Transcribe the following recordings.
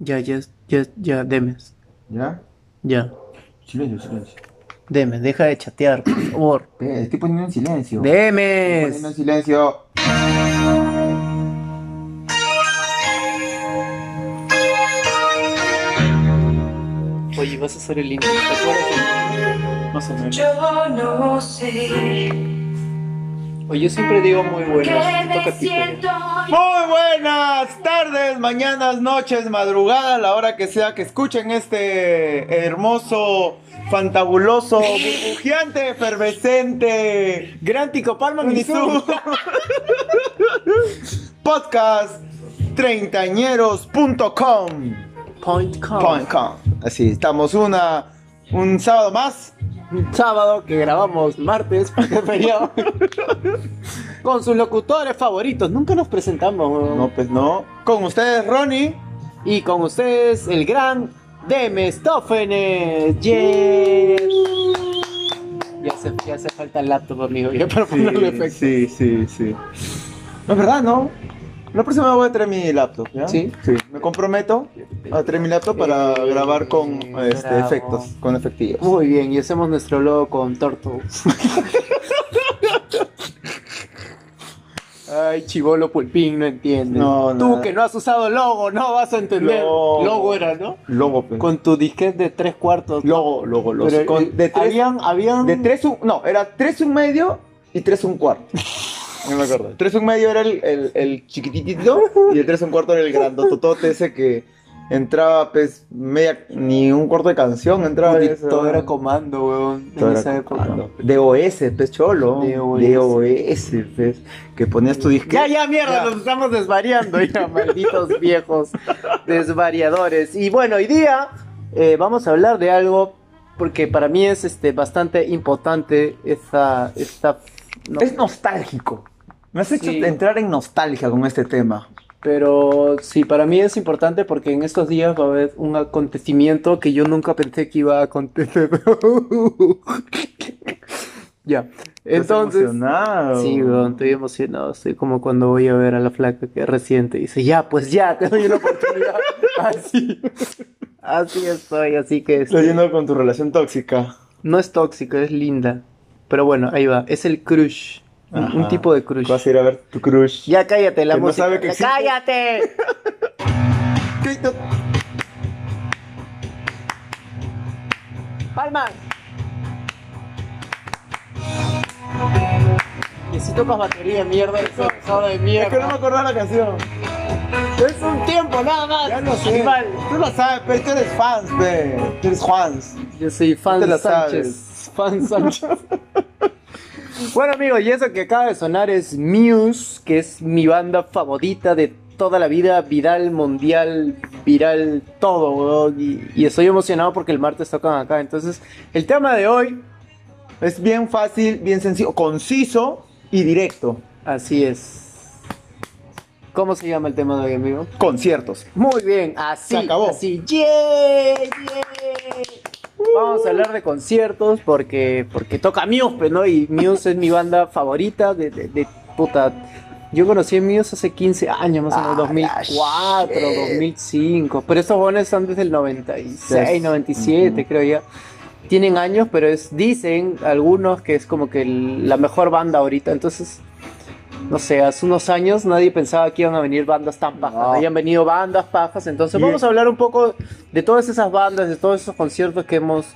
Ya, ya, ya, ya, Demes. ¿Ya? Ya. Silencio, silencio. Demes, deja de chatear, por favor. Pe, Estoy poniendo en silencio. Estoy poniendo en Demes. silencio. Oye, vas a hacer el intro, ¿te acuerdas? Más o menos. Yo no sé Oye, yo siempre digo muy qué bueno, así que me toca a ti, siento. Fede. Muy buenas tardes, mañanas, noches, madrugada, la hora que sea que escuchen este hermoso, fantabuloso, burbujeante, efervescente, gran Tico Palma Minizú podcast treintañeros.com. Point com. Point com. Así, estamos una un sábado más. Un sábado que grabamos martes porque es feriado. Con sus locutores favoritos. Nunca nos presentamos, weón. No, pues no. Con ustedes, Ronnie. Y con ustedes, el gran Demestófenes. Yeah. Ya hace, ya hace falta el laptop, amigo, ya para ponerle efecto. sí, sí, sí. No es verdad, ¿no? La próxima voy a traer mi laptop, ¿ya? Sí. Me comprometo a traer mi laptop para Eh, grabar con bravo. este, efectos, con efectivos. Muy bien, y hacemos nuestro logo con Turtles. Ay, chivolo pulpín, no entiendes. No, Tú no. que no has usado logo, no vas a entender. Logo. Logo era, ¿no? Logo, pues. Con tu disquete de tres cuartos. logo, logo, los- Pero, eh, con- de tres, habían, habían... de tres un- no, era tres un medio y tres un cuarto. No me acuerdo. Tres un medio era el, el, el chiquititito y el tres un cuarto era el grandototote ese que entraba, pues, media, ni un cuarto de canción entraba. Puti, esa- todo era comando, weón, Todo en era esa época. comando. DOS, pues cholo. DOS. DOS, pues. Que ponías tu disque. Ya, ya, mierda, Ya. nos estamos desvariando, ya, malditos viejos desvariadores. Y bueno, hoy día eh, vamos a hablar de algo porque para mí es este bastante importante esta... esta no, Es nostálgico. Me has hecho Sí. entrar en nostalgia con este tema. Pero sí, para mí es importante porque en estos días va a haber un acontecimiento que yo nunca pensé que iba a acontecer. ya, Estás entonces... emocionado. Sí, weón, estoy emocionado. Estoy como cuando voy a ver a la flaca que reciente dice, ya, pues ya, te doy una oportunidad. así. Así estoy, así que este, Estoy yendo con tu relación tóxica. no es tóxico, es linda. Pero bueno, ahí va. Es el crush. Un, un Ajá. tipo de crush. Vas a ir a ver tu crush. Ya cállate, la Que no música. sabe que Ya existe. ¡Cállate! ¡Palma! Y si tocas batería, mierda, de de Es que no mierda. me acordaba la canción. Es un tiempo nada más. Ya lo sé. animal. Tú lo sabes, pero tú eres fans, pe. Tú eres fans. Yo soy fan Te la Sánchez. Fan Sánchez. bueno, amigos, y eso que acaba de sonar es Muse, que es mi banda favorita de toda la vida, viral, mundial, viral, todo. weón, Y, y estoy emocionado porque el martes tocan acá. Entonces, el tema de hoy, Es bien fácil, bien sencillo, conciso y directo. así es. ¿Cómo se llama el tema de hoy, amigo? Conciertos. Muy bien, así, Se acabó. así, yeah, yeah. Vamos a hablar de conciertos porque, porque toca Muse, pues, ¿no? Y Muse es mi banda favorita de, de- de puta. Yo conocí a Muse hace 15 años, más o menos, Ah, 2004, la shit. 2005. Pero estos bones están desde el 96, 97, Ujú. creo ya. Tienen años, pero es, dicen algunos que es como que el- la mejor banda ahorita. Entonces, no sé, hace unos años nadie pensaba que iban a venir bandas tan bajas. No. Hayan venido bandas pajas. Entonces Bien. vamos a hablar un poco de todas esas bandas, de todos esos conciertos que hemos,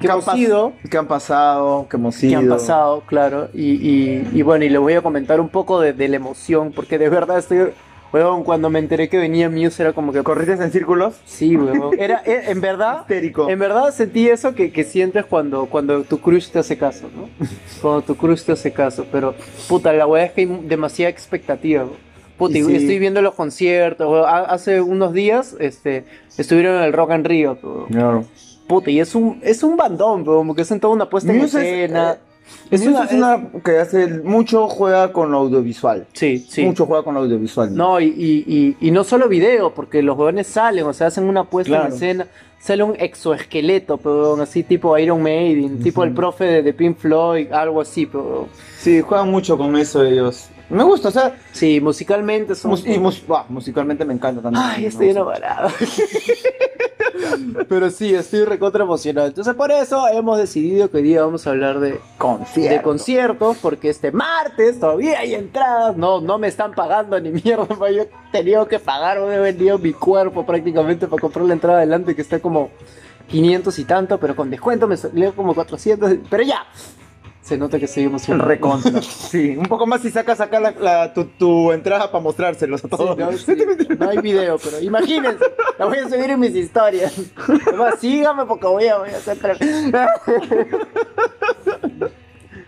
que hemos pas- ido, que han pasado, que hemos que ido. han pasado, claro. Y, y- y bueno, y les voy a comentar un poco de, de la emoción, porque de verdad estoy... Weón, cuando me enteré que venía Muse era como que... ¿Corriste en círculos? Sí, weón. Era, eh, en verdad... Histérico. En verdad sentí eso que, que sientes cuando, cuando tu crush te hace caso, ¿no? Cuando tu crush te hace caso, pero puta, la weá es que hay demasiada expectativa. weón. Puta, Y y sí. estoy viendo los conciertos, weón. Ha- hace unos días este, estuvieron en el Rock and Rio, weón. Claro. puta, y es un, es un bandón, weón, porque hacen toda una puesta en Muse es, escena. eh, Eso es una que hace el- mucho juega con lo audiovisual. Sí, sí. Mucho juega con lo audiovisual. No, y, y- y- y no solo video, porque los jóvenes salen, o sea, hacen una puesta en Claro. escena, sale un exoesqueleto, pero así tipo Iron Maiden, tipo el profe de, de Pink Floyd, algo así, pero Sí, juegan mucho con eso ellos. Me gusta, o sea, Sí, musicalmente somos. mus- y mus- buah, musicalmente me encanta también. Ay, Me estoy gusta. enamorado. Pero sí, estoy recontra emocionado. Entonces, por eso hemos decidido que hoy día vamos a hablar de, Concierto. de conciertos, porque este martes todavía hay entradas. No, no me están pagando ni mierda. pa, Yo he tenido que pagar, o he vendido mi cuerpo prácticamente para comprar la entrada adelante, que está como 500 y tanto, pero con descuento me salió como 400. Pero ya, se nota que estoy emocionado. Recontra. Sí, un poco más si sacas acá la, la- tu, tu entrada para mostrárselos a Sí, todos. no, sí, no hay video, pero imagínense, la voy a subir en mis historias. Además, sígame porque voy a, voy a hacer. tra-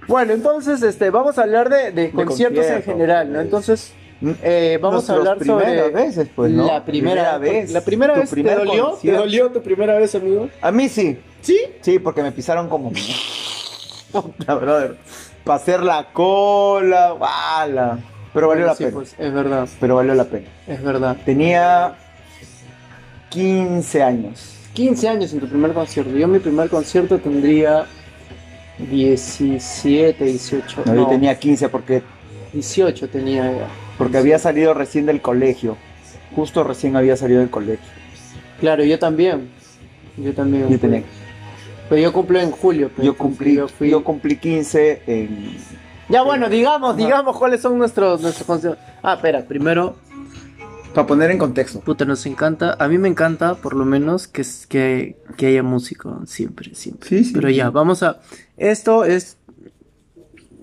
Bueno, entonces este, vamos a hablar de, de conciertos en conciertos, general, ¿no? pues. Entonces, eh, vamos a hablar sobre. primeras veces, pues, ¿no? La primera, vez. La primera Tu vez. primer concierto. tu primera vez, amigo? A mí sí. ¿Sí? Sí, porque me pisaron como. Puta, brother. Para hacer la cola, bala. Pero valió la Sí, pena. pues, es verdad, Pero valió la pena. es verdad. Tenía 15 años. 15 años en tu primer concierto. Yo mi primer concierto tendría 17, 18. No, yo no. tenía 15 porque, 18 tenía ya. porque había salido recién del colegio. Justo recién había salido del colegio. Claro, yo también. Yo también. Yo tenía- Pero yo cumplo en julio. pues, Yo cumplí, yo fui- yo cumplí Ah. 15 en. Ya bueno, digamos, Ajá. digamos cuáles son nuestros, nuestros consejos. Ah, espera, primero, Para poner en contexto. puta, nos encanta, a mí me encanta por lo menos que, es- que, que haya músico, siempre, siempre. Sí, sí. Pero ya, vamos a... Esto es...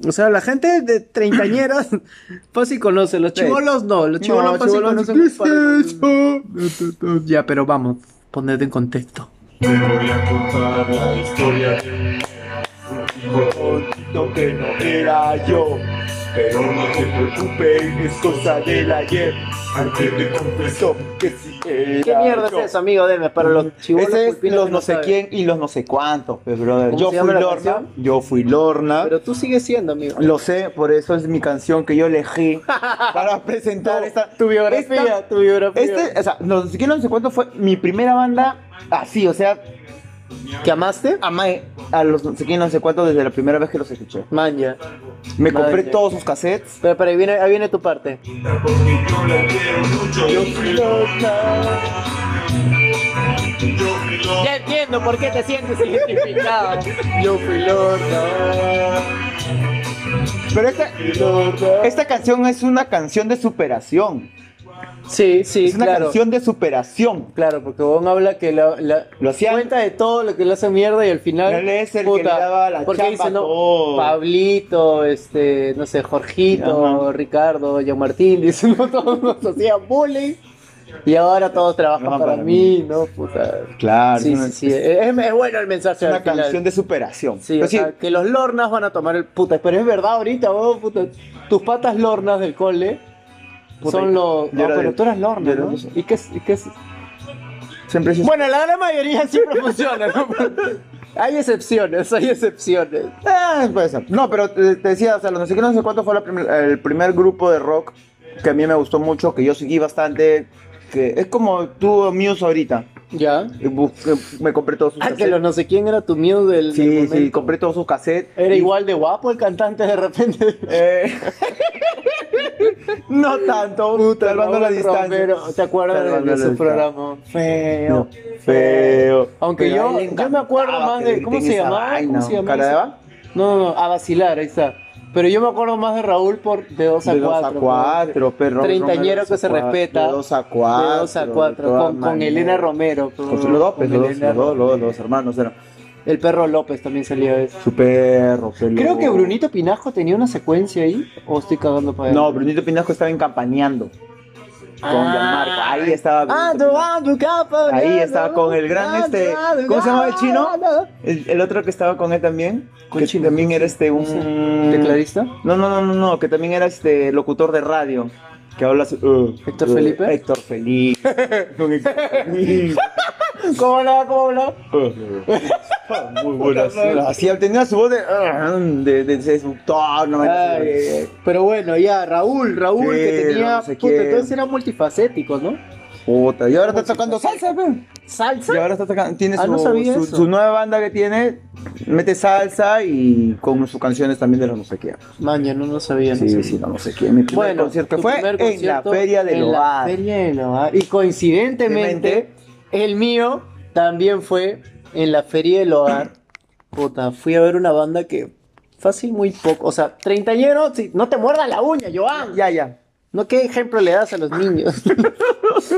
O sea, la gente de treintañeras fácil conoce, los Sí. chivolos no, los chivolos No, fácil chibolo, no conocen sé- un par de- Ya, pero vamos, poned en contexto. Te voy a contar la historia de un chico que no era yo. Pero no te preocupes, es cosa del ayer. Aunque te confesó que sí era ¿Qué mierda es yo. eso, amigo? Deme, para los chivolos Mm, Ese es pulpinos los que no sé saben. quién y los no sé cuántos, pues, brother. ¿Cómo Yo se llama fui la Lorna. canción? Yo fui Lorna. Pero tú sigues siendo, amigo. Lo sé, por eso es mi canción que yo elegí para presentar esta. tu biografía, esta- tu biografía. Este, o sea, no sé quién, no sé cuánto fue mi primera banda así, o sea, ¿Que amaste? amé a los no sé quién, no sé cuánto desde la primera vez que los escuché. Man, ya. Me compré Madre. todos sus cassettes. Pero, pero ahí viene, ahí viene tu parte. Porque yo la quiero mucho. Yo fui loca. Yo fui loca. entiendo por qué te sientes identificado. Yo fui lorda. Pero esta, Lorna. esta canción es una canción de superación. Sí, sí, es una claro. canción de superación. Claro, porque Bon habla que la, la- Lo hacían- cuenta de todo lo que le hace mierda y al final. Él es el que le daba la porque chamba dice, a no, todo. Pablito, este, no sé, Jorgito, Ajá. Ricardo, Jean Martín, dice, no, todos nos hacían bullying. Y ahora todos trabajan Trabajan para, para mí, ¿no? Puta. Claro, Sí, es una, sí, sí. Es, es bueno el mensaje. es una al final. canción de superación. Sí, o Pero sí, sea, que los lornas van a tomar el puta. Pero es verdad, ahorita, weón, puta, tus patas lornas del cole Puta, son los. yo Ah, era pero de- tú eras yo lorna, era ¿no? de eso. ¿Y qué, es- y qué es- siempre es- Bueno, la gran mayoría siempre funciona, ¿no? Hay excepciones, hay excepciones. Eh, puede ser. No, pero te, te decía, o sea, los no sé qué, no sé cuánto fue la prim- el primer grupo de rock que a mí me gustó mucho, que yo seguí bastante, que es como tú, Muse ahorita. ¿Ya? Y busqué- Me compré todos sus Ah, que cassettes. los no sé quién era tu miedo del. del Sí, sí, momento. compré todos sus cassettes. Era Y- igual de guapo el cantante de repente. Eh, no tanto, salvando la Raúl distancia. Romero, ¿Te acuerdas Salvando de, la su distancia. programa? Feo. No, Feo. Aunque Pero a yo, él le yo me acuerdo encantaba más que de. griten ¿Cómo se esa llamaba? vaina. ¿Cómo se llamaba? ese? ¿Caradeva? No, no, no, a vacilar, ahí está. Pero yo me acuerdo más de Raúl por de 2 a de 4. 2 a 4, perro. Treintañero que se respeta. De 2 a De 4. 2 a 4, con, con Elena Romero. Con los dos, pues, los, dos, Elena los, dos, Romero. los dos hermanos eran. El perro López también salía de eso. Su perro, pelo. Creo que Brunito Pinajo tenía una secuencia ahí. O estoy cagando para él. No, Brunito Pinasco estaba encampañando. Con Gianmarco. Ahí estaba Ah, Brunito Pinasco. tu- ah, tu capa, Ahí no, estaba no, con el gran, ah, este, ah, tu ¿cómo se llamaba el capa, chino? no. El, el otro que estaba con él también. Con que Chino. también era este un. ¿Tecladista? No, no, no, no, no, que también era este locutor de radio. Que habla. así, "Uh, ¿Héctor uh, Felipe? Héctor Felipe. Con Héctor Felipe. ¿Cómo hablaba? ¿Cómo hablaba? Muy buenas. Así tenía su voz de. ah, de, de seductor, no me Ay, eh, pero bueno, ya, Raúl, Raúl, Sí, que tenía. no sé puta, quién. entonces era multifacético, ¿no? Puta, y ahora está tocando salsa, pe. Salsa. Y ahora está tocando. Tiene Ah, su, no sabía su, eso. su nueva banda que tiene. mete salsa y con sus canciones también de los no sé qué. Maña, no lo sabía. no Sí, sabía. sí, no, no sé qué. Mi primer Bueno, concierto tu fue primer en la concierto Feria del en la Hogar. Feria del Hogar. Y coincidentemente, el mío también fue en la Feria del Hogar. Puta, fui a ver una banda que fácil muy poco. O sea, treintañero, sí, no te muerdas la uña, Joan. Ya, ya. No, ¿qué ejemplo le das a los niños?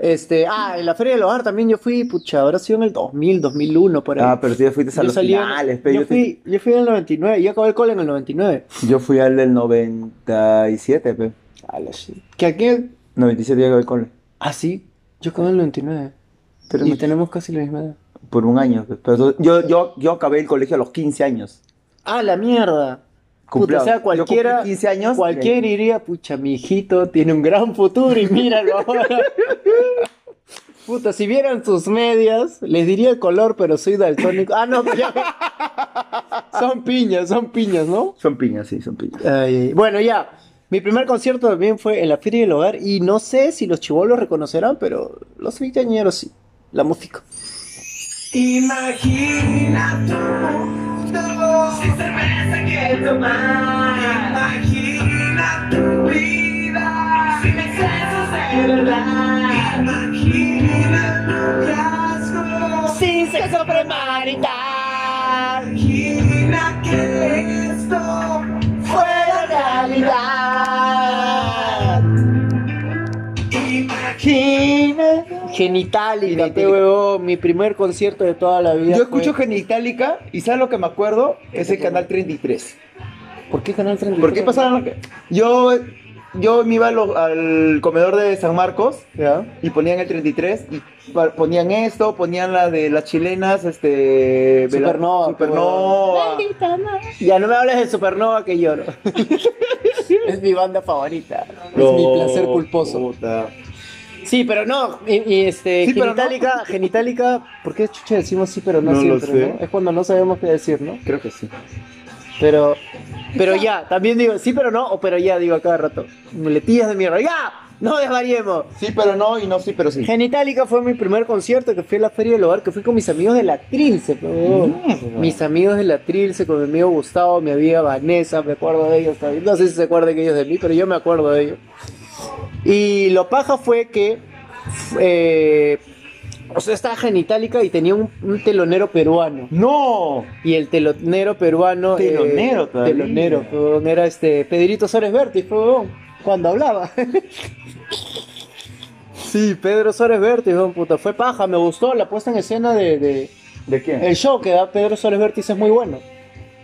este, ah, en la Feria del Hogar también yo fui, pucha, habrá sido en el 2000, 2001, por ahí. Ah, pero tú ya fuiste a los salí en- finales, pe, yo yo te- fui, yo fui en el 99, yo acabé el cole en el 99. Yo fui al del 97, pe. A la shit. Que aquí 97 llegó al cole. Ah, sí, yo acabé en el 99. Pero y no- tenemos casi la misma edad. Por un año. pe. Pero yo, yo, yo acabé el colegio a los 15 años. ¡Ah, la mierda! Puta, Cumplado. o sea, Yo cumplí cualquiera, 15 años. cualquiera iría, pucha, mi hijito tiene un gran futuro y míralo ahora. Puta, si vieran sus medias, les diría el color, pero soy daltónico. Ah, no, pero ya ve. Son piñas, son piñas, ¿no? Son piñas, sí, son piñas. Ay, ay. Bueno, ya. Mi primer concierto también fue en la Feria del Hogar y no sé si los chivolos reconocerán, pero los veinteañeros sí. La música. Imagina tú, tú, sin cerveza que tomar. Imagina tu vida, sin excesos de verdad. Imagina tu casco, sin sexo premarital. Imagina que esto fuera realidad. Imagina. Genitalica, pe huevón, mi primer concierto de toda la vida. Yo escucho fue- Genitalica y ¿sabes lo que me acuerdo? Es el canal 33. ¿Por qué Canal 33? ¿Por qué pasaron? Yo, yo me iba a lo- al comedor de San Marcos Ya. y ponían el 33 y pa- ponían esto, ponían la de las chilenas, este... Vela- Supernova, pues. Supernova. Ya no me hables de Supernova que lloro. es mi banda favorita. Es mi placer culposo. Puta. Sí, pero no. Y, y, este, Sí, pero no. genitalica, genitalica. ¿Por qué chucha decimos sí, pero no, No lo siempre? sé. ¿no? Es cuando no sabemos qué decir, ¿no? Creo que sí. Pero, pero ya, también digo sí, pero no, o pero ya, digo a cada rato. Muletillas de mierda. ¡Ya! ¡No desvariemos! Sí, pero no, y no sí, pero sí. Genitalica fue mi primer concierto que fui a la Feria del Hogar, que fui con mis amigos de la Trilce. pe, huevón. Mm. Mis amigos de la Trilce, con mi amigo Gustavo, mi amiga Vanessa, me acuerdo de ellos también. No sé si se acuerdan ellos de mí, pero yo me acuerdo de ellos. Y lo paja fue que. eh, o sea, estaba Genitalica y tenía un, un telonero peruano. ¡No! Y el telonero peruano. eh, Telonero todavía. Telonero, pe, huevón, era este Pedrito Sores Vértiz, pe, huevón, cuando hablaba. sí, Pedro Sores Vértiz, huevón, puta, fue paja, me gustó la puesta en escena de, de- ¿De quién? El show que da Pedro Sores Vértiz es muy bueno.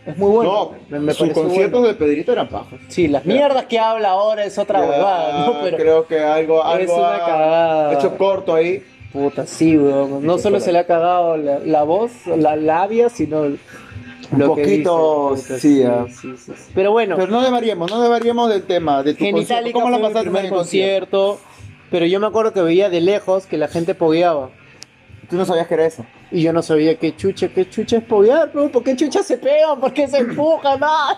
Es muy bueno. no, me sus pareció conciertos de Pedrito eran pajas. Sí, las mierdas que habla ahora es otra Ya, huevada, ¿no? Pero. Creo que algo, algo Es una ha cagada. hecho corto ahí. Puta, sí, huevón, No solo se le ha cagado la, la voz, la labia, sino. Un poquito, sí, ah. sí, sí, sí. Pero bueno. Pero no devariemos, no devariemos del tema. De tu Genitalica concierto. ¿Cómo lo fue mi pasaste en primer el concierto? concierto, pero yo me acuerdo que veía de lejos que la gente pogueaba. Tú no sabías que era eso. Y yo no sabía qué chucha, qué chucha es poguear, bro, ¿por qué chucha se pegan? ¿Por qué se empujan? Ah?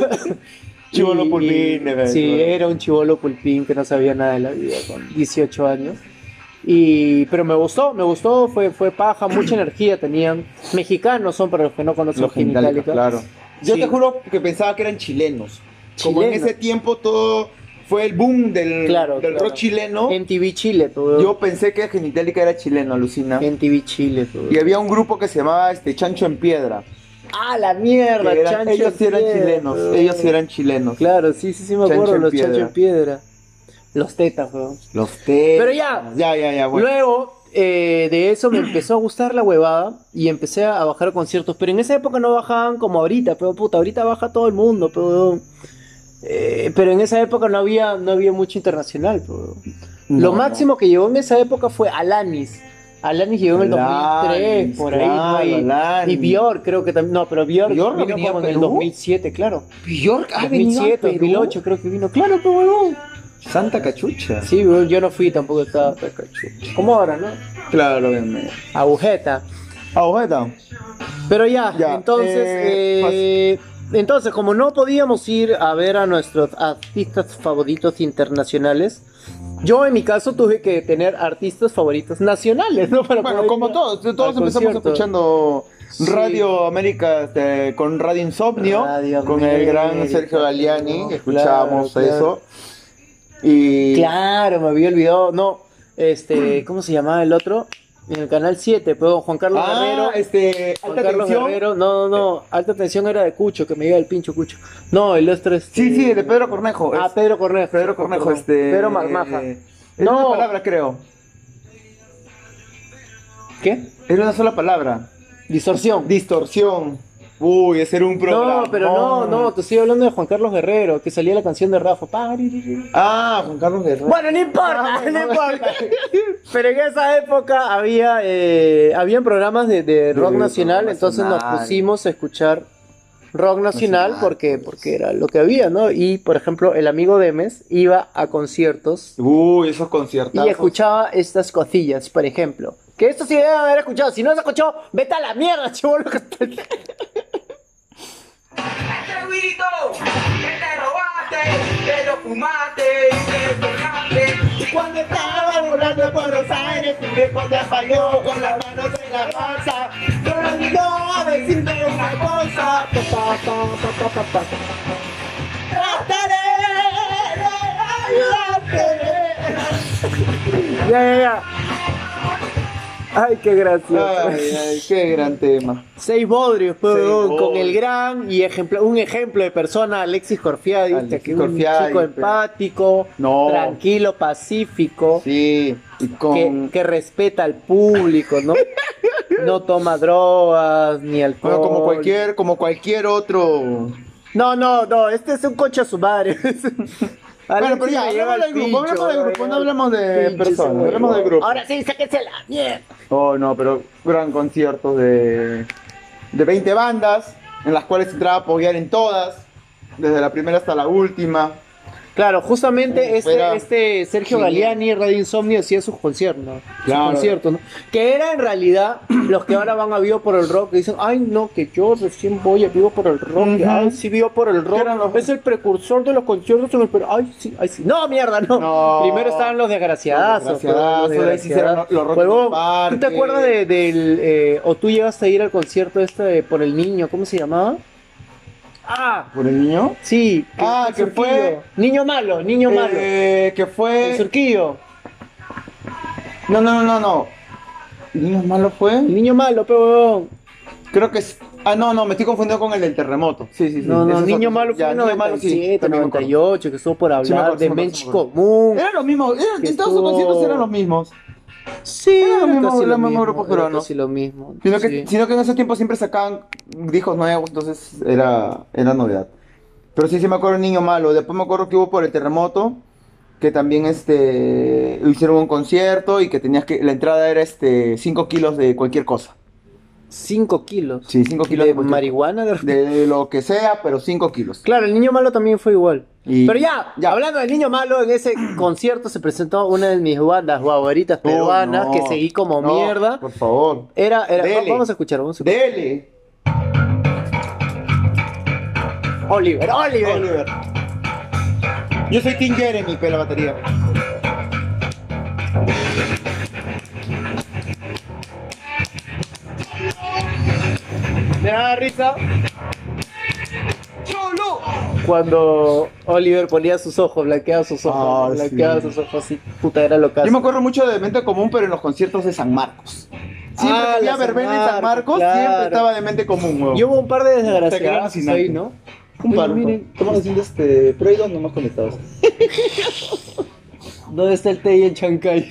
Chivolo Y- y- pulpín, de verdad. Sí, era un chivolo pulpín que no sabía nada de la vida con 18 años. Y, pero me gustó, me gustó, fue, fue paja, mucha energía tenían. Mexicanos son para los que no conocen Genitalica. claro. Yo Sí. te juro que pensaba que eran chilenos. Como en Chileno. ese tiempo todo fue el boom del, Claro, del claro. rock chileno. En TV Chile, bro. Yo pensé que Genitalica era chileno, alucina. En TV Chile, bro. Y había un grupo que se llamaba este Chancho en Piedra. Ah, la que mierda, eran- chancho ellos sí en eran piedra, chilenos, weón. ellos sí eran chilenos. Claro, sí, sí, sí me Chancho acuerdo, en los piedra. chancho en piedra. Los tetas, weón. Los temas. Pero ya. Ya, ya, ya, bueno. Luego, eh, de eso me empezó a gustar la huevada y empecé a bajar conciertos. Pero en esa época no bajaban como ahorita, pero puta, ahorita baja todo el mundo, pero. weón. Eh, pero en esa época no había, no había mucho internacional, pero, weón. Lo No, máximo que llegó en esa época fue Alanis. Alanis llegó en el 2003, Alanis, por ahí. ¿no? claro, Y- Alanis. Y Björk, creo que también. No, pero Björk, ¿Björk no vino venía a como en el Perú? 2007, claro. Bjork ha venido a 2007, Perú. 2008 creo que vino. Claro, pues huevón. Santa Cachucha. Sí, huevón, yo no fui, tampoco estaba. Como ahora, ¿no? Claro, bien. Agujeta. Ah, Agujeta. Pero ya, Ya, entonces, eh, eh, entonces, como no podíamos ir a ver a nuestros artistas favoritos internacionales, yo en mi caso tuve que tener artistas favoritos nacionales, ¿no? Para Bueno, poder como ir a- todos, al todos empezamos concierto. escuchando Radio América este, con Radio Insomnio, Radio con el gran América, Sergio Galiani, claro, escuchábamos claro. eso. Y Claro, me había olvidado. No, este, ¿cómo se llamaba el otro? En el canal 7, pero Juan Carlos Ah, Guerrero. este, Juan alta Carlos tensión. Guerrero, no, no, no, alta tensión era de Cucho, que me iba el pincho Cucho. No, el otro es. Sí, sí, de Pedro Cornejo. este, Ah, es- Pedro Cornejo. Pedro Cornejo, este. Pedro Marmaja. eh, Era No. una palabra, creo. ¿Qué? Era una sola palabra. Distorsión. Distorsión. Uy, ese era un programa. no, pero no, no, te estoy hablando de Juan Carlos Guerrero, que salía la canción de Rafa. Pariririr. Ah, Juan Carlos Guerrero. Bueno, no importa, no importa. Pero en esa época había eh, habían programas de, de rock rock nacional, entonces nacional. nos pusimos a escuchar rock nacional, Nacional, porque pues. porque era lo que había, ¿no? Y por ejemplo, el amigo Demes iba a conciertos Uy, esos conciertos. y escuchaba estas cosillas, por ejemplo. Que esto sí deben haber escuchado. Si no has escuchado, vete a la mierda, chivolo. Este huirito que te robaste, te lo fumaste y te tocaste. Y cuando estaba volando por los aires, tu viejo te falló con las manos en la panza. No olvidó a decirte una cosa. Pa, pa, pa, pa, pa, pa, pa. Trataré de ayudarte. Ya, ya, ya. Ay, qué gracioso. Ay, ay, qué gran tema. Seis bodrios, pues, Seis weón, con bodrios. el gran y ejemplo, un ejemplo de persona, Alexis Corfiadi, Alexis este, que es un Corfiadi, chico pe. empático, No. tranquilo, pacífico, Sí, y que, con. que respeta al público, ¿no? no toma drogas ni alcohol. Bueno, como cualquier, como cualquier otro. No, no, no, este es un coche a su madre. Bueno, pero ya, hablamos del grupo, hablamos del grupo, no hablamos de personas, hablamos del grupo. eh, Ahora sí, sáquense la mierda. Oh, no, pero gran conciertos de, de 20 bandas, en las cuales entraba a apoyar en todas, desde la primera hasta la última. Claro, justamente Como fuera- este, este Sergio Sí. Galeani, Radio Insomnio, hacía sus conciertos, ¿no? Sus Claro. conciertos, ¿no? Que era en realidad los que ahora van a Vivo por el Rock, que dicen, ay no, que yo recién voy a Vivo por el Rock, que, Ujú. ay sí, Vivo por el Rock, eran los- es el precursor de los conciertos, en el- pero ay sí, ay sí, no, mierda, no. No. Primero estaban los desgraciadazos. Los desgraciadazos, pues, ahí sí hicieron los- los Rock Pues, en vos, el parque. ¿Tú te acuerdas de- del, eh, o tú llegaste a ir al concierto este de Por el Niño, ¿cómo se llamaba? Ah, ¿Por el niño? Sí. Ah, que Surquillo. fue- Niño malo, niño malo. Eh, que El fue... surquillo. No, no, no, no, no. ¿Niños malos fue? El niño malo, pero huevón. Creo que es... Ah, no, no, me estoy confundiendo con el del terremoto. Sí, sí, sí. No, no, ese es niño otro. malo fue Ya, en niño malo, sí, 97, también me acuerdo. 98, que estuvo por hablar Sí, me acuerdo, sí, de me acuerdo, Mensch sí, me acuerdo. Eh, Común. Eran los mismos, eran, Que en todos sus estuvo- conciertos eran los mismos. Sí, era lo era mismo, casi era lo el mismo mismo, grupo era peruano. casi lo mismo. Sino que, sí. sino que en ese tiempo siempre sacaban discos nuevos, entonces era, era novedad. Pero sí, sí me acuerdo de Niño Malo. Después me acuerdo que hubo por el terremoto, que también este, hicieron un concierto y que tenías que, la entrada era este, 5 kilos de cualquier cosa. Cinco kilos. Sí, 5 kilos de cualquier- marihuana. de- De lo que sea, pero 5 kilos. Claro, el niño malo también fue igual. Y- Pero ya, ya. hablando del niño malo, en ese concierto se presentó una de mis bandas favoritas Oh, peruanas no, que seguí como no, mierda. Por favor. Era, era, Dele. vamos a escuchar, vamos a escuchar. Dele. Oliver, Oliver. Oliver. Yo soy King Jeremy, pero la batería. Me daba risa. Cuando Oliver ponía sus ojos, blanqueaba sus ojos, Ah, blanqueaba sí. sus ojos así, puta, era loca. Yo me acuerdo mucho de Mente Común, pero en los conciertos de San Marcos. Siempre Ah, que había la San verbena en Marcos, San Marcos, siempre claro. estaba de Mente Común, weón. Y hubo un par de Te quedaron desgraciados sin ahí, nada. ¿no? Un par, Oye, un miren, par. Estamos haciendo este... Pero hay dos nomás conectados. ¿Dónde está el té y el chancay?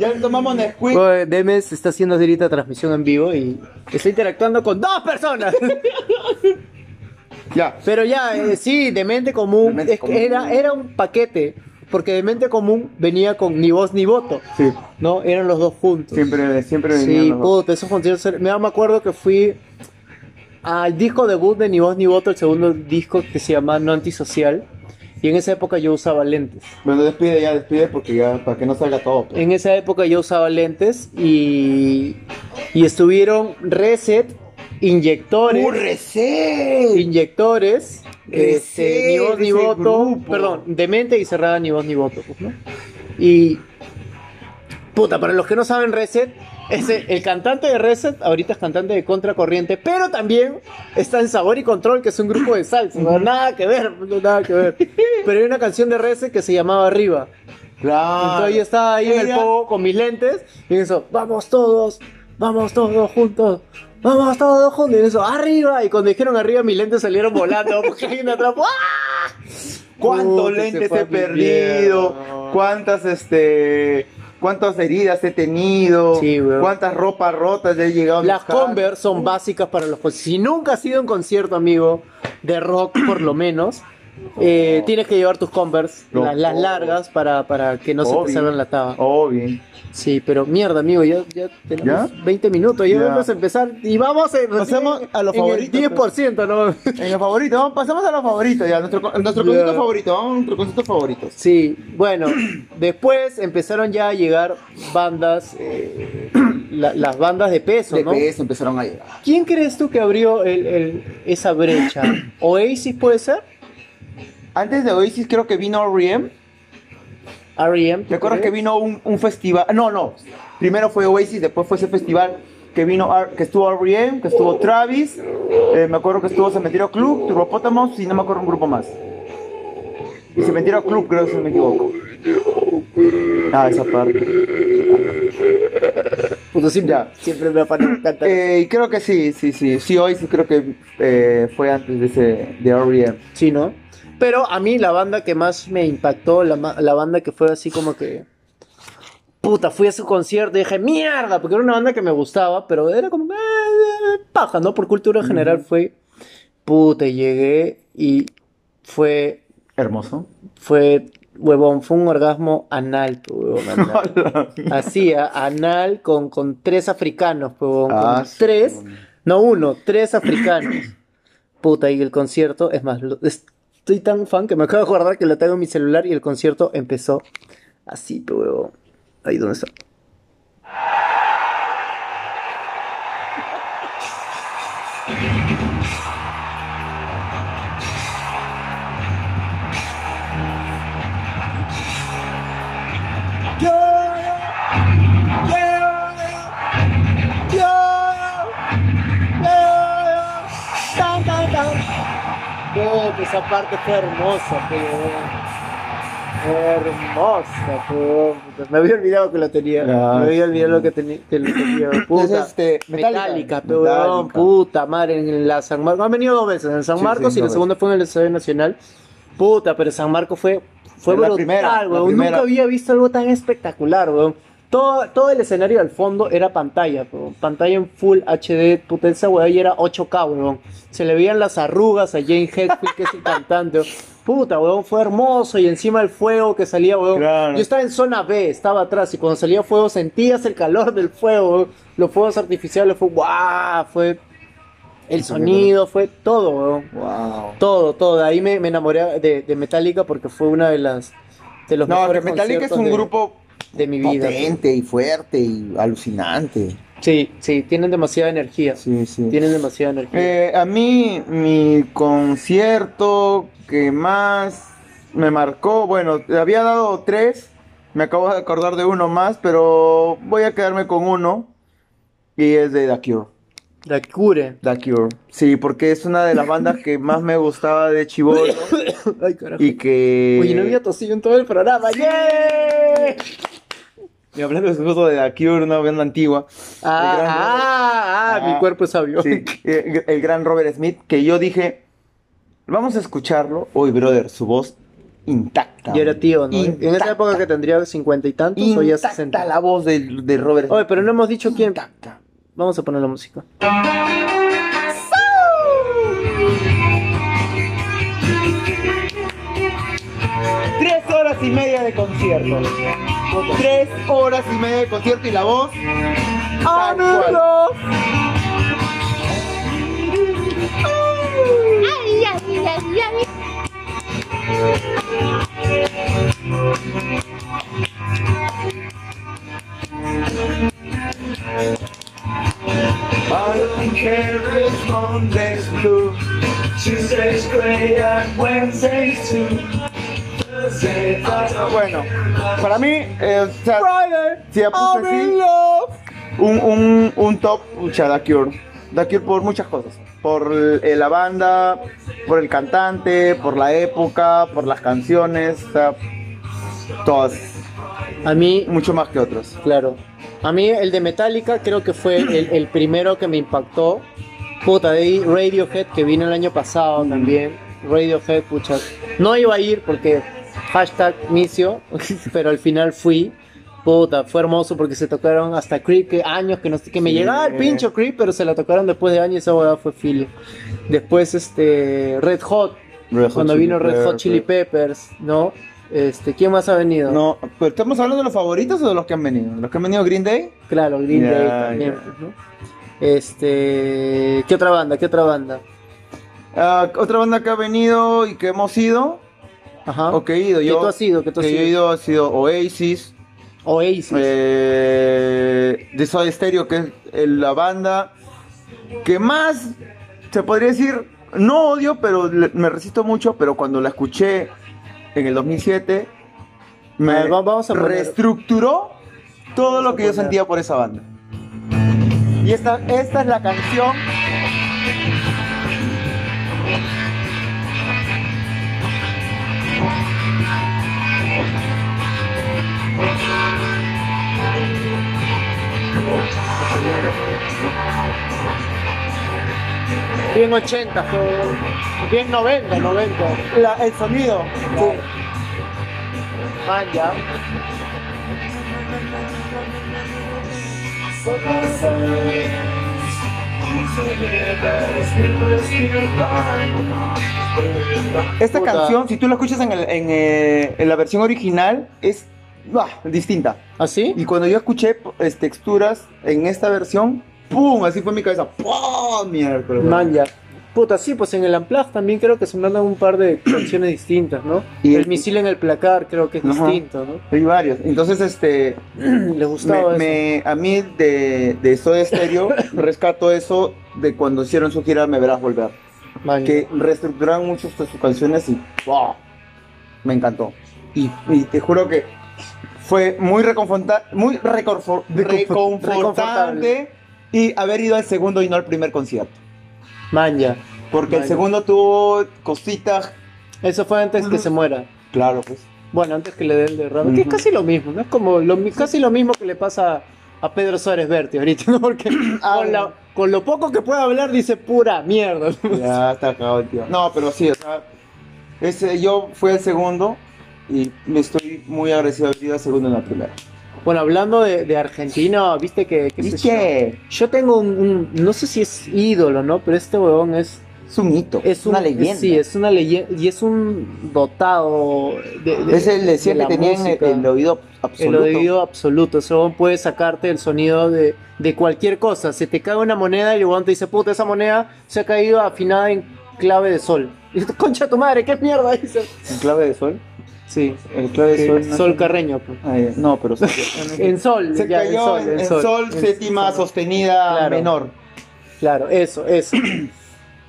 Ya tomamos Nesquik. Oye, Demes está haciendo ahorita transmisión en vivo y está interactuando con dos personas. Ya. Pero ya, eh, sí, de mente común, Demente es que Común. Era, era un paquete, porque de mente común venía con ni voz ni voto, Sí, ¿no? Eran los dos juntos. siempre, siempre venían Sí, los dos. puta, esos conciertos. eran- Me da- me acuerdo que fui al disco debut de Ni Voz Ni Voto, el segundo disco que se llama No Antisocial. Y en esa época yo usaba lentes. Bueno, despide ya, despide porque ya, para que no salga todo. pues. En esa época yo usaba lentes y, y estuvieron Reset, Inyectores. ¡Uh, Reset! Inyectores, este, Reset, ni voz ni ese voto, grupo. perdón, demente y cerrada ni voz ni voto, pues, ¿no? Y Puta, para los que no saben Reset, ese, el cantante de Reset ahorita es cantante de Contracorriente, pero también está en Sabor y Control, que es un grupo de salsa. ¿no? Nada que ver, no, nada que ver. Pero hay una canción de Reset que se llamaba Arriba. Entonces yo estaba ahí en el Ella- pogo con mis lentes y en eso, vamos todos, vamos todos juntos. Vamos todos juntos, y en eso, arriba. Y cuando dijeron arriba, mis lentes salieron volando. Porque alguien me atrapó. ¡Ah! ¿Cuántos Puta, se lentes fue he a mi perdido? mierda. ¿Cuántas, este... ¿Cuántas heridas he tenido? Sí, weón. ¿Cuántas ropas rotas he llegado a Las buscar? Converse son básicas para los conciertos. Si nunca has ido a un concierto, amigo, de rock por lo menos, eh, tienes que llevar tus Converse, No. las, las largas, para, para que no se te Obvio. salgan la taba. Oh, bien. Sí, pero mierda, amigo, ya, ya tenemos ¿Ya? 20 minutos, ya Ya. vamos a empezar y vamos a, Pasemos a los en el favoritos, pues. 10%, ¿no? En los favoritos, vamos, pasamos a los favoritos ya. Nuestro, co- nuestro Ya. concierto favorito, vamos a nuestro concierto favorito. Sí, bueno, después empezaron ya a llegar bandas, eh, la- las bandas de peso, De ¿no? PS empezaron a llegar. ¿Quién crees tú que abrió el- el- esa brecha? ¿Oasis puede ser? Antes de Oasis creo que vino R.E.M. R.E.M. ¿Te acuerdas que crees? vino un, un festival? No, no. Primero fue Oasis, después fue ese festival que vino R- que estuvo R.E.M., que estuvo Travis, eh, me acuerdo que estuvo Cementerio Club, Turbopótamos y no me acuerdo un grupo más. Y Cementerio Club, creo si no me equivoco. Ah, esa parte. Puto, siempre, Ya. siempre me afanan cantar. Eh, y creo que sí, sí, sí. Sí, Oasis creo que eh, fue antes de ese de E R.E.M. Sí, ¿no? Pero a mí la banda que más me impactó, la, ma- la banda que fue así como que... Puta, fui a su concierto y dije, mierda, porque era una banda que me gustaba, pero era como... "Ah, ah, paja, ¿no? Por cultura general fue... Puta, y llegué y fue... Hermoso. Fue... Huevón, fue un orgasmo anal, pues, huevón, anal. Así, a- anal con, con tres africanos, pues, huevón, con Ah, sí. tres, no uno, tres africanos. Puta, y el concierto, es más, lo- estoy tan fan que me acabo de acordar que lo tengo en mi celular y el concierto empezó así, pe huevo. Ahí donde está. No, pues esa parte fue hermosa, pe huevo. Hermosa, pe huevo. Puta, Me había olvidado que lo tenía. Ah, me había olvidado sí. que, tenía que lo tenía. Puta. Entonces, este, Metallica. Metallica, pe huevón, Metallica. puta madre, en la San Marcos. Han venido dos veces, en San Sí, Marcos sí, y la dos segunda fue en el Estadio Nacional. Puta, pero San Marcos fue, fue Es la brutal, primera, la weón. primera. Nunca había visto algo tan espectacular, weón. Todo, todo el escenario al fondo era pantalla, weón. Pantalla en full HD, puta, esa weá y era 8K, weón. Se le veían las arrugas a Jane Hetfield, que es el cantante, weón. Puta, weón, fue hermoso y encima el fuego que salía, weón. Claro. Yo estaba en zona B, estaba atrás y cuando salía fuego sentías el calor del fuego, weón. Los fuegos artificiales fue guau, fue el sonido, fue todo, weón. Wow. Todo, todo. Ahí me, me enamoré de, de Metallica porque fue una de las de los No, que mejores Metallica es conciertos un de- grupo de mi vida. potente y fuerte y alucinante. Sí, sí, tienen demasiada energía. Sí, sí. Tienen demasiada energía. Eh, a mí, mi concierto que más me marcó, bueno, te había dado tres, me acabo de acordar de uno más, pero voy a quedarme con uno y es de The Cure. La cure. The Cure. Sí, porque es una de las bandas que más me gustaba de Chibolo Ay, carajo. y que... Oye, no había tosido en todo el programa. ¡Yay! Y hablando de justo de The Cure, una banda antigua. Ah, ah, ah, Ah. mi cuerpo es sabio. Sí, eh, el gran Robert Smith, que yo dije, vamos a escucharlo. Uy, brother, su voz intacta. Yo era tío, ¿no? Intacta. En esa época pues, que tendría cincuenta y tantos o ya Intacta sesenta. la voz de, de Robert Oye, pero no hemos dicho quién. Intacta. Vamos a poner la música. Tres horas y media de concierto. Tres horas y media de concierto y la voz. tal cual. ay, ay, ay, ay. I don't care if Monday's blue, Tuesday's gray and Wednesday's too. Thursday, I don't Bueno, para mí, eh, o sea, Si ya puse I'm in así, un, un, un top, pucha, Da Cure. Da Cure por muchas cosas. Por eh, la banda, por el cantante, por la época, por las canciones, o sea, todas. A mí, Mucho más que otros. claro. A mí el de Metallica creo que fue el, el primero que me impactó. Puta, de ahí Radiohead que vino el año pasado Mm. también. Radiohead, pucha. No iba a ir porque hashtag misio, pero al final fui. Puta, fue hermoso porque se tocaron hasta Creep, que años que no sé, que me Sí. llegaba el pincho Creep, pero se la tocaron después de años y esa hueá fue filo. Después este Red Hot, Red Hot cuando Chili eh. vino Red Hot Pepper. Chili Peppers, ¿no? Este, ¿quién más ha venido? No, pero ¿estamos hablando de los favoritos o de los que han venido? ¿Los que han venido Green Day? Claro, Green Ya, Day también. ya. pues, ¿no? Este, ¿qué otra banda? ¿Qué otra banda? Ah, otra banda que ha venido y que hemos ido, Ajá. o que he ido ¿Qué yo. Ah. tú has ido? ¿Qué tú has que yo he ido? ido ha sido Oasis, Oasis. eh, The Soda Stereo, que es eh, la banda que más se podría decir, no odio, pero le- me resisto mucho. Pero cuando la escuché en el 2007, me A ver, va- vamos a poner- reestructuró todo Vamos a lo que yo poner. sentía por esa banda. Y esta, esta es la canción. Bien 80, fue- bien 90, 90. La- el sonido. Man, ya. Esta Puta. canción, si tú la escuchas en, el- en, eh, en la versión original, es ¡buah! distinta. ¿Así? Y cuando yo escuché pues, texturas en esta versión, ¡pum! Así fue mi cabeza. ¡Pum! Miércoles. Man, ya. Puta, sí, pues en el Unplugged también creo que sonaron un par de canciones distintas, ¿no? Y el, el- misil en el placar creo que es Ajá. distinto, ¿no? Hay varios. Entonces, este, Les gustaba me- eso. me- a mí de, de Soda Stereo rescato eso de cuando hicieron su gira Me Verás Volver. Man, Que reestructuraron mucho sus sus canciones y ¡wow! Me encantó. Y, y te juro que fue muy, reconforta- muy reconfor- Reconfor- reconfortante y haber ido al segundo y no al primer concierto. Man, ya. Porque el Vale. segundo tuvo cositas. Eso fue antes que se muera. Claro, pues. Bueno, antes que le den el derrame, que es Ujú. casi lo mismo, ¿no? Es como lo, mi- casi lo mismo que le pasa a Pedro Suárez Berti ahorita, ¿no? Porque Ah, con, la- con lo poco que puede hablar dice pura mierda. ¿no? Ya está acabado el tío. No, pero sí, o sea. Ese, yo fui el segundo y me estoy muy agradecido de haber ido al segundo en la primera. Bueno, hablando de, de Argentina, viste que... que se- qué? Yo tengo un, un- no sé si es ídolo, ¿no? Pero este huevón es... Es un hito. es un- una leyenda. Sí, es una leyenda y es un dotado de... de- es el decía de que la tenía en el, música. el oído El absoluto. oído absoluto. Ese huevón puede sacarte el sonido de, de cualquier cosa. Se te cae una moneda y el huevón te dice, puta, esa moneda se ha caído afinada en clave de sol. Y dices, concha tu madre, qué mierda dice. ¿En clave de sol? Sí. ¿En clave de que- sol? no- sol Carreño. pues. Ah, ya. No, pero. se En sol, se ya, en cayó sol, en, en en sol, sol, en séptima sol. sostenida Claro. menor. Claro, eso, eso.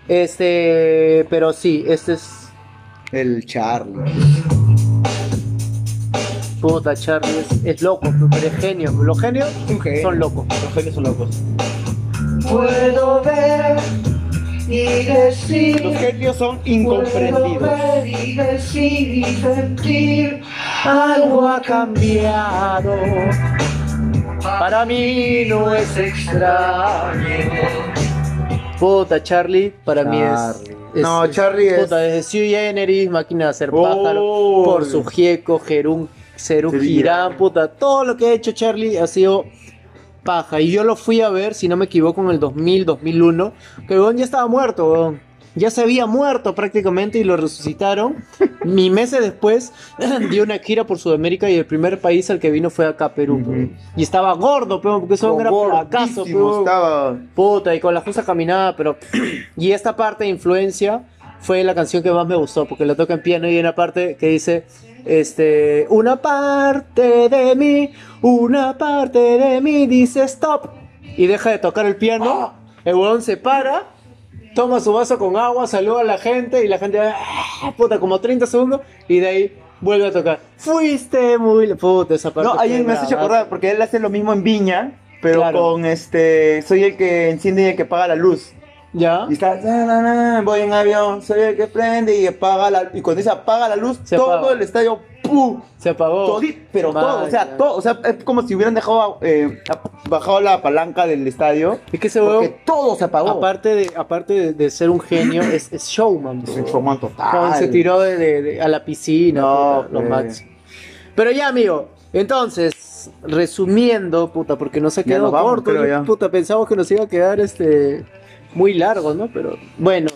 este, pero sí, este es El Charlie. puta Charlie, es, es loco, pues, pero es genio. Los genios Un genio. son locos. Los genios son locos. Puedo ver y decir. Los genios son Puedo incomprendidos. ver y decir y sentir. Algo ha cambiado. Para mí no es extraño. Puta, Charlie, para mí es. Charlie. es- No, Charlie es- Oh, Puta, desde Sui Generis, máquina de hacer Uy. pájaro, por su gieco, Jerún, Cerú Cerú Girán, Girán. puta. Todo lo que ha hecho Charlie ha sido paja. Y yo lo fui a ver, si no me equivoco, en el 2000, 2001. Que el weón ya estaba muerto, weón. Ya se había muerto prácticamente y lo resucitaron. Ni meses después dio una gira por Sudamérica y el primer país al que vino fue acá, Perú. weón. Y estaba gordo, pero Pues porque eso era fracaso, Gordísimo weón. estaba. Puta, y con la justa caminada, pero. y esta parte de influencia fue la canción que más me gustó, porque la toca en piano y hay una parte que dice. Este. Una parte de mí, una parte de mí dice stop. Y deja de tocar el piano. Ah. El huevón se para, toma su vaso con agua, saluda a la gente y la gente. "Ah", Puta, como 30 segundos. Y de ahí. Vuelve a tocar. Fuiste muy. Puta, esa parte. No, alguien fue me has hecho bravazo. acordar, porque él hace lo mismo en Viña, pero Claro. con este. Soy el que enciende y el que paga la luz. ¿Ya? Y está. "Na, na, na, voy en avión, soy el que prende y apaga la Y cuando dice apaga la luz, Se todo apaga. el estadio. ¡pum! Se apagó. Todi- pero todo, o sea, Vaya. todo, o sea, es como si hubieran dejado eh, ap- bajado la palanca del estadio. Es que ese Porque huevo, todo se apagó. aparte, de, aparte de, de ser un genio, es, es showman. es bro. un showman Cuando total. se tiró de, de- de- a la piscina, No, puta, lo pues. máximo. Pero ya, amigo, entonces, resumiendo, puta, porque no se Ya quedó nos vamos, corto, creo, yo, ya. puta, pensamos que nos iba a quedar este muy largo, ¿no? Pero bueno,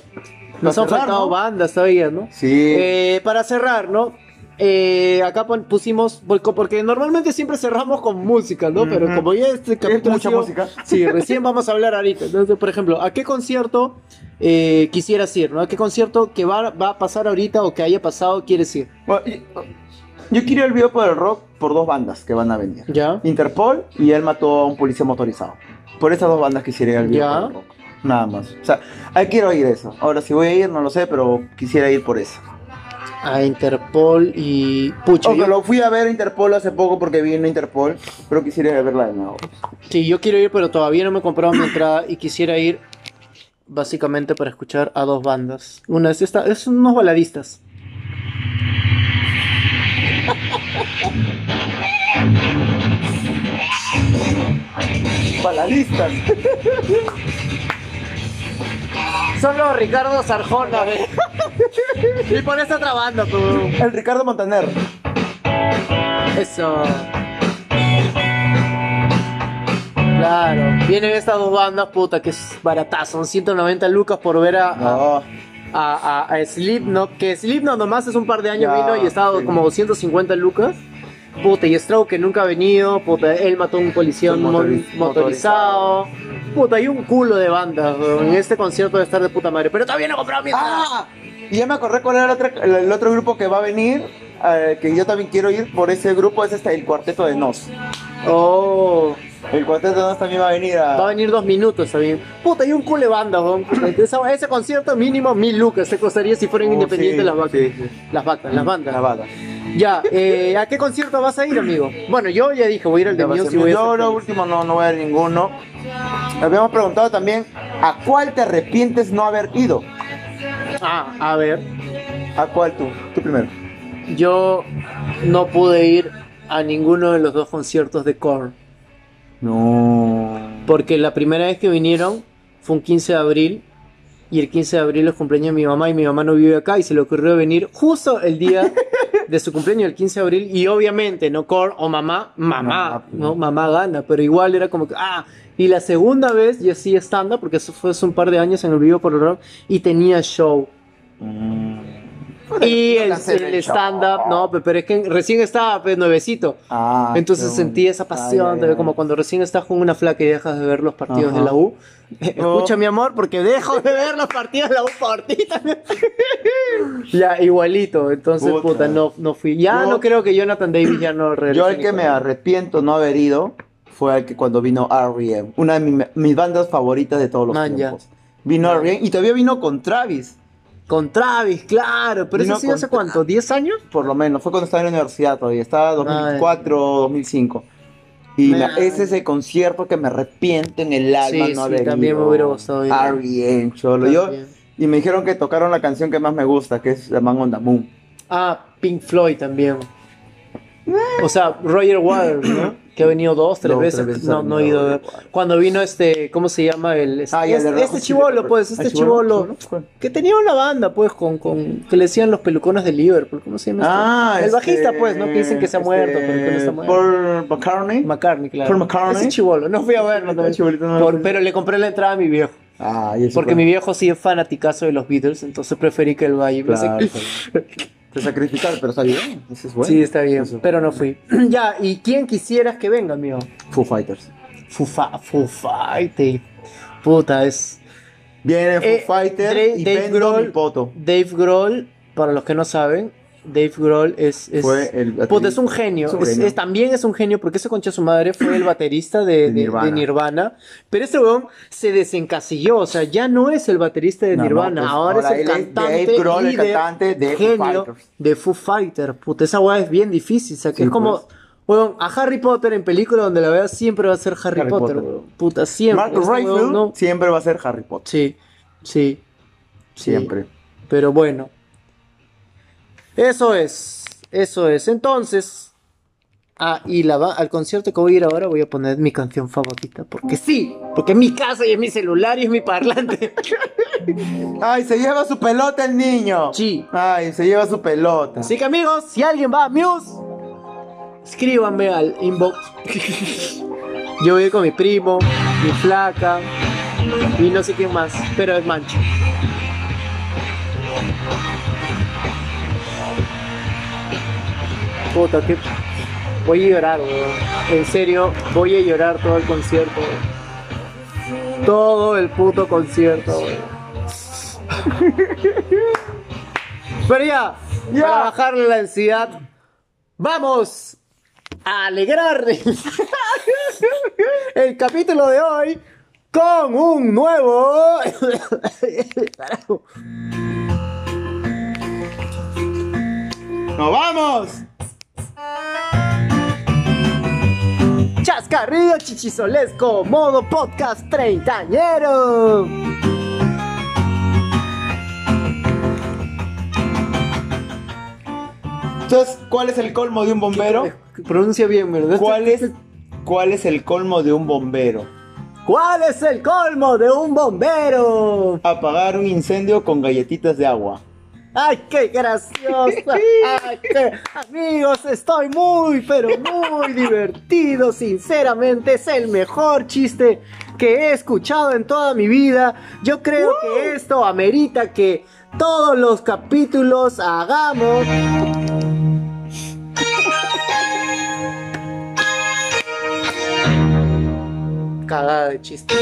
nos Para han cerrar, faltado ¿no? bandas todavía, ¿no? Sí. Eh, para cerrar, ¿no? Eh, acá pon- pusimos, porque- porque normalmente siempre cerramos con música, ¿no? Pero Ujú. como ya este capítulo ha mucha sido- música. Sí, recién vamos a hablar ahorita. Entonces, por ejemplo, ¿a qué concierto eh, quisieras ir? ¿no? ¿A qué concierto que va, va a pasar ahorita o que haya pasado quieres ir? Bueno, y- yo quiero el video por el rock por dos bandas que van a venir. ¿Ya? Interpol y él mató a un policía motorizado. Por esas dos bandas quisiera ir al video. Ya. por el rock. Nada más. O sea, ahí quiero ir eso. Ahora, si voy a ir, no lo sé, pero quisiera ir por eso. A Interpol y... Pucha, Aunque yo, lo fui a ver a Interpol hace poco porque vino Interpol, pero quisiera ir a verla de nuevo. sí, yo quiero ir, pero todavía no me he comprado mi entrada y quisiera ir básicamente para escuchar a dos bandas. Una es esta, es unos baladistas. Balalistas. Son los Ricardo Sarjona, güey. Y por esa otra banda, pues. El Ricardo Montaner. Eso. Claro, vienen estas dos bandas, puta, que es baratazo, son 190 lucas por ver a, a, No. a, a Slipknot, que Slipknot nomás es un par de años Ya, vino y estaba sí. como 250 lucas. Puta, y Stroke que nunca ha venido, puta, él mató a un policía Un mon- motoriz- motorizado. Puta, hay un culo de bandas, weón. en este concierto debe estar de puta madre, pero todavía no he comprado mi entrada. ¡Ah! Y ya me acordé cuál era el otro, el- el otro grupo que va a venir, eh, que yo también quiero ir por ese grupo, es este, el Cuarteto de Nos. Oh. El Cuarteto de Nos también va a venir Va a venir dos minutos también. Puta, y un culo de banda, weón. Esa- Ese concierto mínimo mil lucas te costaría si fueran Oh, independientes sí, las vacas. sí, sí. Las vacas, las bandas. La banda. Ya, eh, ¿a qué concierto vas a ir, amigo? Bueno, yo ya dije, voy a ir al de Ya va a Muse ser y voy mi- a Yo ser lo feliz. último no, no voy a ir ninguno. Habíamos preguntado también a cuál te arrepientes no haber ido. Ah, a ver. ¿A cuál tú? Tú primero. Yo no pude ir a ninguno de los dos conciertos de Korn. No. Porque la primera vez que vinieron fue un 15 de abril. Y el 15 de abril es cumpleaños de mi mamá y mi mamá no vive acá y se le ocurrió venir justo el día de su cumpleaños, el 15 de abril. Y obviamente, no Cor o mamá, mamá, Mamá, pues. ¿no? Mamá gana, pero igual era como que, ah, y la segunda vez yo sí estándar, porque eso fue hace un par de años en el vivo por el rock, y tenía show. Mm. Y el, el stand-up, no, pe- pero es que recién estaba, pues, nuevecito. Ah, Entonces qué sentí bonito. esa pasión, Ay, de ay, ay. como cuando recién estás con una flaca y dejas de ver los partidos Ajá. de la U. No. Eh, Escucha, mi amor, porque dejo de ver los partidos de la U por ti también. ya, igualito. Entonces, Puta. puta, no, no fui. Ya Yo- no creo que Jonathan Davis ya no regrese. Yo el que me arrepiento no haber ido fue el que cuando vino R.E.M., una de mi- mis bandas favoritas de todos los Man, ya. tiempos. Vino R.E.M. y todavía vino con Travis, Con Travis, claro. Pero Vino eso sí hace con- cuánto, ¿10 años? por lo menos, fue cuando estaba en la universidad todavía, estaba 2004, 2005. Y Man. la- ese es el concierto que me arrepiento en el alma Sí, sí, no haber también ido. me hubiera gustado ir. R.E.M., cholo. Yo, También. y me dijeron que tocaron la canción que más me gusta, que es The Man on the Moon. Ah, Pink Floyd también. O sea, Roger Waters, ¿no? Que ha venido dos, tres Dos, tres veces. veces ha No, no he venido ido. a ver. Roger Waters. Cuando vino este, ¿cómo se llama? El, este Ah, ya, de Red Hot este Chili chivolo, Peppers. pues, Ah, este chibolo, chivolo. chibolo. Que tenía una banda, pues, con, con. Que le decían los pelucones de Liverpool. ¿Cómo se llama? este? Ah, El este- bajista, pues, ¿no? Que dicen que se ha muerto, pero que no está este, muerto. Paul McCartney. McCartney, claro. Paul McCartney. Ese chivolo, no fui a verlo. Ese chibolito no también. lo Por- vi. pero le compré la entrada a mi viejo. Ah, y eso Porque mi viejo sí es fanaticazo de los Beatles, entonces preferí que él vaya. y me Claro, saque- claro. Te sacrificar, pero está bien. Eso es bueno. sí, está bien, Eso. pero no fui. ya, ¿y quién quisieras que venga, amigo? Foo Fighters. Fufa, Fufaite. Puta, es. Viene Foo Eh, Fighters Dre- y Dave vendo Grohl- mi poto. Dave Grohl, para los que no saben, Dave Grohl es, es, Fue el baterista. puta, es un genio. Es un Es- genio. es- también es un genio porque ese concha su madre fue el baterista de, de- de Nirvana. Nirvana. Pero ese weón se desencasilló. O sea, ya no es el baterista de No, no, Nirvana. pues, ahora, ahora es el él es cantante, Dave Grohl, el líder, cantante de Foo genio Fighters. de Foo Fighter. Puta, esa weá es bien difícil. O sea, que Sí, es como. pues. weón, a Harry Potter en película donde la veas siempre va a ser Harry, Harry Potter. Potter, weón. Puta, siempre. Mark Este weón Rayfield no- siempre va a ser Harry Potter. Sí, sí. sí. Siempre. Pero bueno. Eso es. Eso es. Entonces. Ah, y la va- al concierto que voy a ir ahora voy a poner mi canción favorita. Porque sí. Porque es mi casa y es mi celular y es mi parlante. Ay, se lleva su pelota el niño. Sí. Ay, se lleva su pelota. Así que amigos, si alguien va a Muse, escríbanme al inbox. Yo voy a ir con mi primo, mi flaca y no sé quién más. Pero es mancha. Puta, que... Voy a llorar, weón. En serio, voy a llorar todo el concierto, weón. Todo el puto concierto, weón. Pero ya, Ya. para bajarle la ansiedad, vamos a alegrar el capítulo de hoy con un nuevo... Carajo. ¡Nos vamos! Chascarrillo chichisolesco, modo podcast treintañero. Entonces, ¿cuál es el colmo de un bombero? Eh, Pronuncia bien, ¿verdad? ¿Cuál es, ¿Cuál es el colmo de un bombero? ¿Cuál es el colmo de un bombero? Apagar un incendio con galletitas de agua. ¡Ay, qué graciosa! Ay, qué- Amigos, estoy muy, pero muy divertido. Sinceramente, es el mejor chiste que he escuchado en toda mi vida. Yo creo que esto amerita que todos los capítulos hagamos. Cagada de chiste.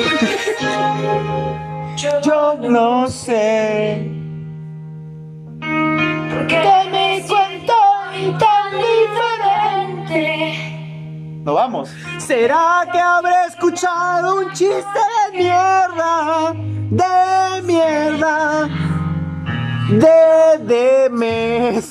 Yo no sé. Que me siento tan diferente. Nos vamos. ¿Será que habré escuchado un chiste de mierda? De mierda. De, de mes.